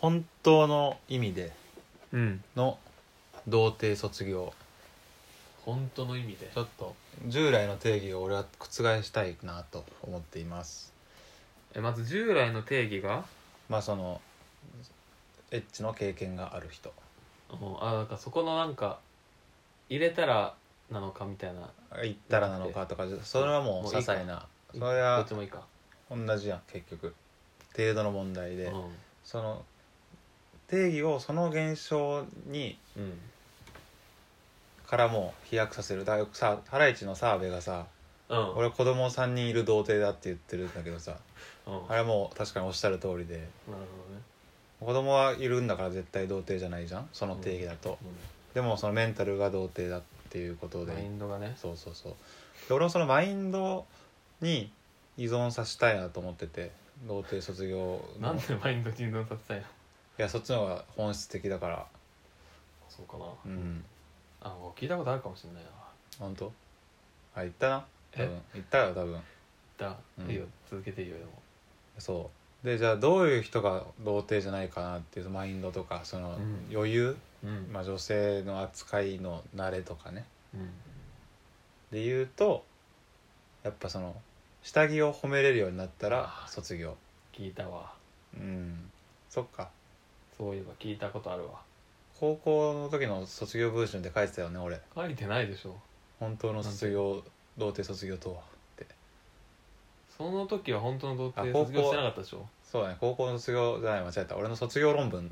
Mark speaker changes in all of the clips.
Speaker 1: 本当の意味で
Speaker 2: うん
Speaker 1: の童貞卒業
Speaker 2: 本当の意味で
Speaker 1: ちょっと従来の定義を俺は覆したいなと思っています
Speaker 2: えまず従来の定義が
Speaker 1: まあそのエッチの経験がある人
Speaker 2: うんあなんかそこのなんか入れたらなのかみたいな
Speaker 1: 行ったらなのかとかそれはもう
Speaker 2: もういい
Speaker 1: 些
Speaker 2: か
Speaker 1: 細なそれ
Speaker 2: ど
Speaker 1: は
Speaker 2: っちもいいか、
Speaker 1: 同じやん結局程度の問題
Speaker 2: う
Speaker 1: で
Speaker 2: ん
Speaker 1: その定義をその現象に
Speaker 2: うん
Speaker 1: からもう飛躍させるだからさハライチの澤部がさ
Speaker 2: うん
Speaker 1: 俺子供3人いる童貞だって言ってるんだけどさ
Speaker 2: うん
Speaker 1: あれはもう確かにおっしゃる通りで
Speaker 2: なるほどね
Speaker 1: 子供はいるんだから絶対童貞じゃないじゃんその定義だと、でもそのメンタルが童貞だっていうこ
Speaker 2: う
Speaker 1: と
Speaker 2: ん
Speaker 1: で
Speaker 2: マインドがね
Speaker 1: そうそうそうで俺もそのマインドに依存させたいなと思ってて童貞卒業
Speaker 2: な
Speaker 1: の
Speaker 2: ん
Speaker 1: い
Speaker 2: でマインドに依存させたいの
Speaker 1: やそっちの方が本質的だから
Speaker 2: そうかな
Speaker 1: うん
Speaker 2: あもう聞いたことあるかもしれないな
Speaker 1: 本当あ言ったな多
Speaker 2: え
Speaker 1: 分言ったよ多分
Speaker 2: だ、
Speaker 1: うん
Speaker 2: いいよ続けていいよでも
Speaker 1: そうでじゃあどういう人が童貞じゃないかなっていうマインドとかその
Speaker 2: うん
Speaker 1: 余裕、
Speaker 2: うん
Speaker 1: まあ、女性の扱いの慣れとかね
Speaker 2: うん
Speaker 1: で言うとやっぱその下着を褒めれるようになったら
Speaker 2: あー
Speaker 1: 卒業
Speaker 2: 聞いたわ
Speaker 1: うんそっか
Speaker 2: そういえば聞いたことあるわ
Speaker 1: 高校の時の卒業文集って書いてたよね俺
Speaker 2: 書いてないでしょ
Speaker 1: 本当の卒業童貞卒業とはって
Speaker 2: その時は本当の童
Speaker 1: あ
Speaker 2: 貞
Speaker 1: 高校
Speaker 2: 卒業してなかったでしょ
Speaker 1: そうだね高校の卒業じゃない間違えた俺の卒業論文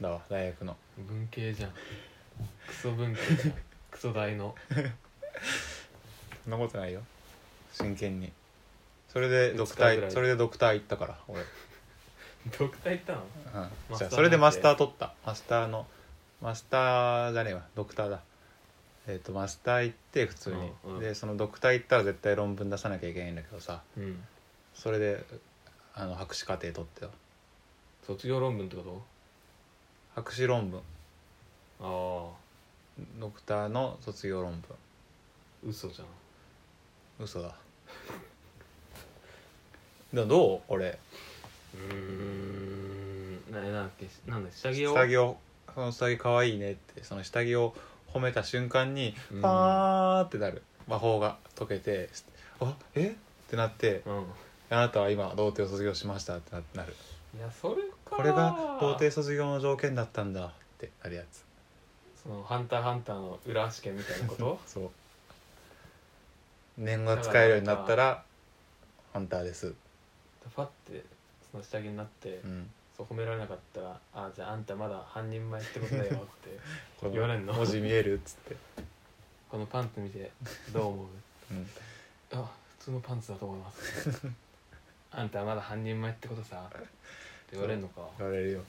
Speaker 1: だわ大学の
Speaker 2: 文系じゃんクソ文系じ ゃんクソ大の
Speaker 1: そんなことないよ真剣にそれでドクタ
Speaker 2: 二日ぐら
Speaker 1: ー
Speaker 2: い
Speaker 1: それでドクター行ったから俺、うん
Speaker 2: ドクター行ったのマ
Speaker 1: じ
Speaker 2: スタ
Speaker 1: ゃ
Speaker 2: ー
Speaker 1: あそれでマスター取ったマスターのマスターじゃねえわドクターだえっ、とマスター行って普通に、
Speaker 2: うんうん
Speaker 1: でそのドクター行ったら絶対論文出さなきゃいけないんだけどさ
Speaker 2: うん
Speaker 1: それであの博士課程取ってよ
Speaker 2: 卒業論文ってこ
Speaker 1: 博士論文
Speaker 2: とああ
Speaker 1: ドクターの卒業論
Speaker 2: 嘘じゃん
Speaker 1: 文嘘だでもどう俺
Speaker 2: うーんななんだっけなんだ下着を
Speaker 1: 下着をその下着可愛いねってその下着を褒めた瞬間に
Speaker 2: うん
Speaker 1: パーってなる魔法が解けてあえってなって
Speaker 2: うん
Speaker 1: あなたは今童貞を卒業しましたってななる
Speaker 2: いやそれか
Speaker 1: これが童貞卒業の条件だったんだってなるやつ
Speaker 2: その「ハンターハンター」の裏試験みたいなこと
Speaker 1: そう年賀使えるようになったらハンターです
Speaker 2: パッてその下着になって、
Speaker 1: うん
Speaker 2: そう褒められなかったら「あじゃああんたまだ半人前ってことだ よ」って
Speaker 1: こ
Speaker 2: 言われんの
Speaker 1: 文字見えるっつって、
Speaker 2: 「このパンツ見てどう思う?
Speaker 1: うん、」
Speaker 2: あ普通のパンツだと思います」 「あんたまだ半人前ってことさ」って言われるのか
Speaker 1: 言われるよ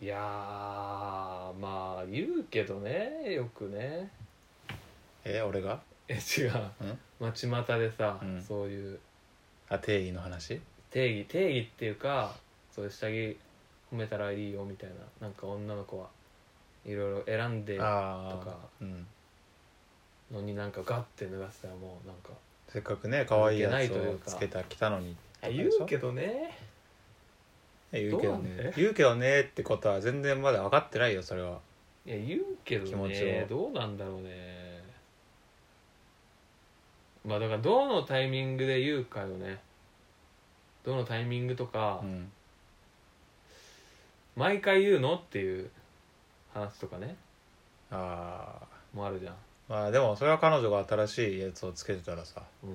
Speaker 2: いやーまあ言うけどねよくね
Speaker 1: え俺が
Speaker 2: え違う
Speaker 1: うん
Speaker 2: 街股でさ、
Speaker 1: うん
Speaker 2: そういう
Speaker 1: あ定義の話
Speaker 2: 定義定義っていうかそういう下着褒めたらいいよみたいななんか女の子はいろいろ選んで
Speaker 1: あ
Speaker 2: と
Speaker 1: あ
Speaker 2: か
Speaker 1: うん
Speaker 2: のになんかガッて脱がせたらもうなんか
Speaker 1: せっかくね可愛いやつ
Speaker 2: いけないとい
Speaker 1: を
Speaker 2: うか
Speaker 1: つけた来たのに
Speaker 2: あ言うけどね
Speaker 1: え言うけど
Speaker 2: どうなん
Speaker 1: ね
Speaker 2: で
Speaker 1: 言うけどねってことは全然まだ分かってないよそれはい
Speaker 2: や言うけ
Speaker 1: 気
Speaker 2: ど
Speaker 1: 持ち
Speaker 2: ね
Speaker 1: を
Speaker 2: どうなんだろうねまあだからどのタイミングで言うかよねどのタイミングとか、
Speaker 1: うん
Speaker 2: 毎回言うのっていう話とかね
Speaker 1: ああ
Speaker 2: もあるじゃん、
Speaker 1: まあでもそれは彼女が新しいやつをつけてたらさ
Speaker 2: うん、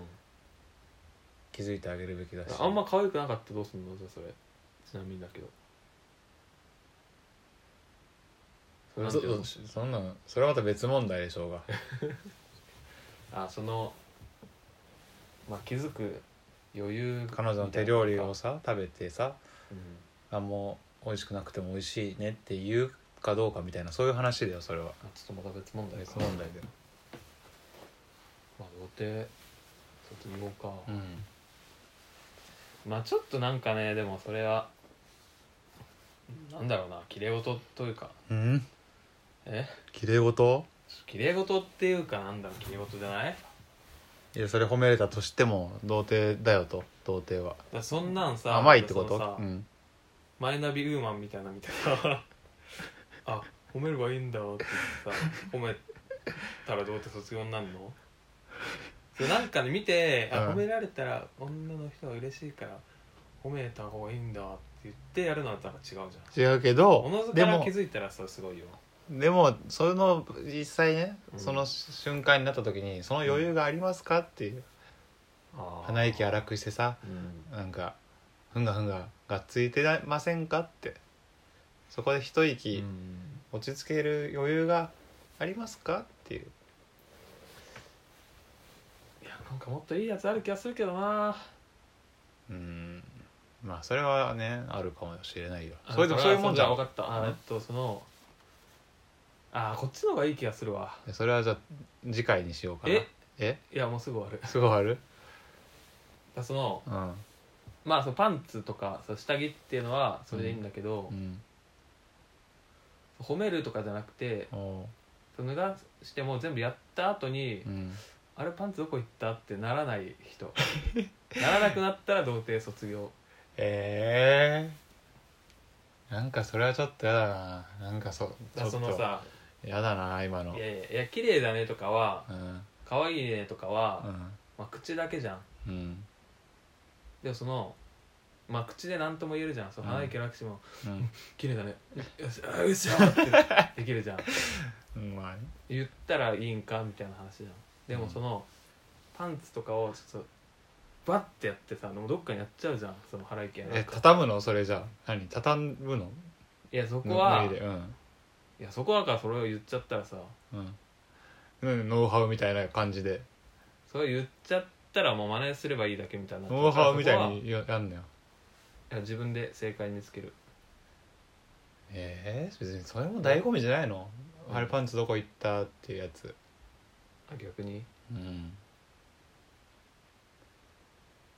Speaker 1: 気づいてあげるべきだし
Speaker 2: あんま可愛くなかったらどうすんのじゃあそれちなみにだけどそれなん
Speaker 1: そ
Speaker 2: ていうの
Speaker 1: そそんなんそれはまた別問題でしょうが
Speaker 2: あそのまあ気づく余裕
Speaker 1: 彼女の手料理をさ食べてさ
Speaker 2: うん
Speaker 1: あもう美味しくなくても美味しいねって言うかどうかみたいなそういう話だよそれは
Speaker 2: あちょっとまた別問題
Speaker 1: 別問題だよ
Speaker 2: まあ童貞卒業か、
Speaker 1: うん
Speaker 2: まあちょっとなんかねでもそれはなんだろうな綺麗事というか
Speaker 1: うん
Speaker 2: え
Speaker 1: 綺麗事
Speaker 2: 綺麗事っていうかなんだろう綺麗事じゃないだか
Speaker 1: いやそれ褒めれたとしても童貞だよと童貞は
Speaker 2: らそんなんさ
Speaker 1: 甘いってこと
Speaker 2: そのさ
Speaker 1: うん
Speaker 2: マイナビウーマンみたいな見てさ あ褒めればいいんだって言ってさ褒めたらどうやって卒業になるのそうなんかね見て、あ
Speaker 1: うん
Speaker 2: 褒められたら女の人は嬉しいから褒めた方がいいんだって言ってやるのはだから違うじゃん
Speaker 1: 違うけ
Speaker 2: おの
Speaker 1: ど
Speaker 2: ず
Speaker 1: で
Speaker 2: から
Speaker 1: も
Speaker 2: 気づいたらさすごいよ
Speaker 1: でもその実際ね、
Speaker 2: うん
Speaker 1: その瞬間になった時にその余裕がありますかっていう鼻息荒くしてさ
Speaker 2: うん
Speaker 1: なんかふんがふんががっついてませんかってそこで一息落ち着ける余裕がありますかっていう
Speaker 2: いやなんかもっといいやつある気がするけどな
Speaker 1: うんまあそれはねあるかもしれないよ
Speaker 2: あ
Speaker 1: それでもそういうもんじゃん
Speaker 2: 分かったあえっとそのあーこっちの方がいい気がするわ
Speaker 1: でそれはじゃあ次回にしようかな
Speaker 2: え
Speaker 1: え
Speaker 2: いやもうすぐ終 わる
Speaker 1: すごいある
Speaker 2: だその
Speaker 1: うん、
Speaker 2: まあそのパンツとかその下着っていうのはそれでいいんだけど
Speaker 1: う、ん、
Speaker 2: 褒めるとかじゃなくて
Speaker 1: おう
Speaker 2: その脱がしても全部やった後に、
Speaker 1: うん
Speaker 2: あれパンツどこ行ったってならない人 ならなくなったら童貞卒業
Speaker 1: ええなんかそれはちょっとやだななんかそちょ
Speaker 2: だ
Speaker 1: っ
Speaker 2: その
Speaker 1: と
Speaker 2: さ
Speaker 1: やだな今
Speaker 2: 「
Speaker 1: の
Speaker 2: いやいやいや綺麗だね」とかは
Speaker 1: うん
Speaker 2: 「可愛いね」とかは、
Speaker 1: うん
Speaker 2: まあ、口だけじゃん
Speaker 1: うん
Speaker 2: でもそのまあ口で何とも言えるじゃんその
Speaker 1: うん
Speaker 2: 鼻息なくしても
Speaker 1: うん
Speaker 2: 「綺麗だね」よし「あよっし ゃ」ってできるじゃん
Speaker 1: うんまあね
Speaker 2: 言ったらいいんかみたいな話じゃんでもその、パンツとかをちょっとバッてやってさでもどっかにやっちゃうじゃんその腹いけやな
Speaker 1: え
Speaker 2: んか
Speaker 1: 畳むのそれじゃあ何畳むの
Speaker 2: いやそこ
Speaker 1: 脱
Speaker 2: はい
Speaker 1: でうん
Speaker 2: いやそこはだからそれを言っちゃったらさ
Speaker 1: うんうんノウハウみたいな感じで
Speaker 2: それを言っちゃったらもう真似すればいいだけみたいになっちゃう
Speaker 1: ノウハウみたい
Speaker 2: そこはい
Speaker 1: にややんのよ
Speaker 2: や自分で正解見つける
Speaker 1: ええ別にそれも醍醐味じゃないの
Speaker 2: うん
Speaker 1: あれパンツどこ行ったっていうやつ
Speaker 2: あ逆に
Speaker 1: うん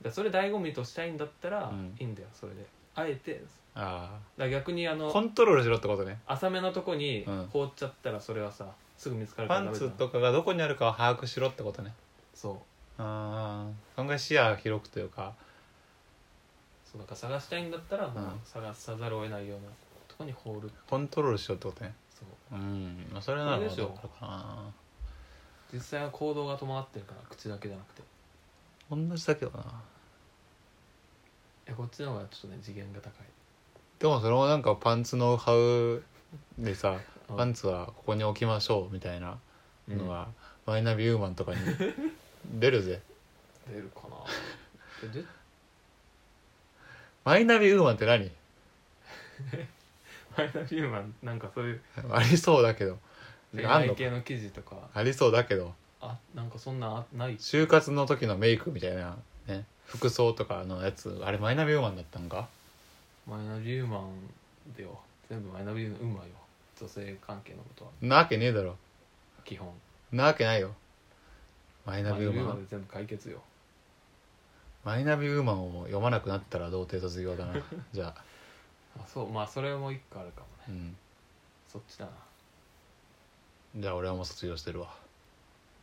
Speaker 2: だからそれ醍醐味としたいんだったら、
Speaker 1: うん
Speaker 2: いいんだよそれであえてだか
Speaker 1: あ
Speaker 2: ら逆にあ
Speaker 1: あコ
Speaker 2: の
Speaker 1: ントロールしろってことね
Speaker 2: 浅めのとこに
Speaker 1: うん
Speaker 2: 放っちゃったらそれはさすぐ見つかるから
Speaker 1: パ
Speaker 2: ダ
Speaker 1: ン
Speaker 2: メじゃ
Speaker 1: ツ
Speaker 2: ん
Speaker 1: とかがどこにあるかを把握しろってことね
Speaker 2: そう
Speaker 1: ああそんぐらい視野が広くというか
Speaker 2: そうだから探したいんだったら、まあ
Speaker 1: うん
Speaker 2: 探さざるを得ないようなとこにホール
Speaker 1: コントロールしようってことね
Speaker 2: そう
Speaker 1: うんまあそれなら
Speaker 2: それ
Speaker 1: ど
Speaker 2: でしょ
Speaker 1: うかな
Speaker 2: 実際は行動が伴ってるから口だけじゃなくて
Speaker 1: 同じだけどな
Speaker 2: えこっちの方がちょっとね次元が高い
Speaker 1: でもそれもなんかパンツのハウでさ
Speaker 2: うん
Speaker 1: パンツはここに置きましょうみたいなのは、マイナビウーマンとかに 出るぜ
Speaker 2: 出るかな でで
Speaker 1: マイナビウーマンって 何
Speaker 2: マイナビウーマンなんかそういう
Speaker 1: ありそうだけど
Speaker 2: 恋
Speaker 1: あん
Speaker 2: 愛
Speaker 1: の
Speaker 2: 系の記事とか
Speaker 1: ありそうだけど
Speaker 2: あなんかそんなんあない
Speaker 1: 就活の時のメイクみたいな、ね、服装とかのやつあれマイナビウーマンだったんか
Speaker 2: マイナビウーマンだよ全部マイナビウーマンよ女性関係のことは
Speaker 1: なわけねえだろ
Speaker 2: 基本
Speaker 1: なわけないよマイナ
Speaker 2: マイ
Speaker 1: ビ
Speaker 2: ナ
Speaker 1: ウ
Speaker 2: ビ
Speaker 1: ー
Speaker 2: ウー
Speaker 1: マ
Speaker 2: マン
Speaker 1: ン
Speaker 2: で全部解決よ
Speaker 1: マイナビウーマンを読まなくなったら童貞卒業だなじゃあ
Speaker 2: あそうまあそれも一個あるかもね
Speaker 1: うん
Speaker 2: そっちだな
Speaker 1: じゃあ俺はもう卒業してるわ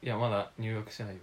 Speaker 2: いやまだ入学してないよ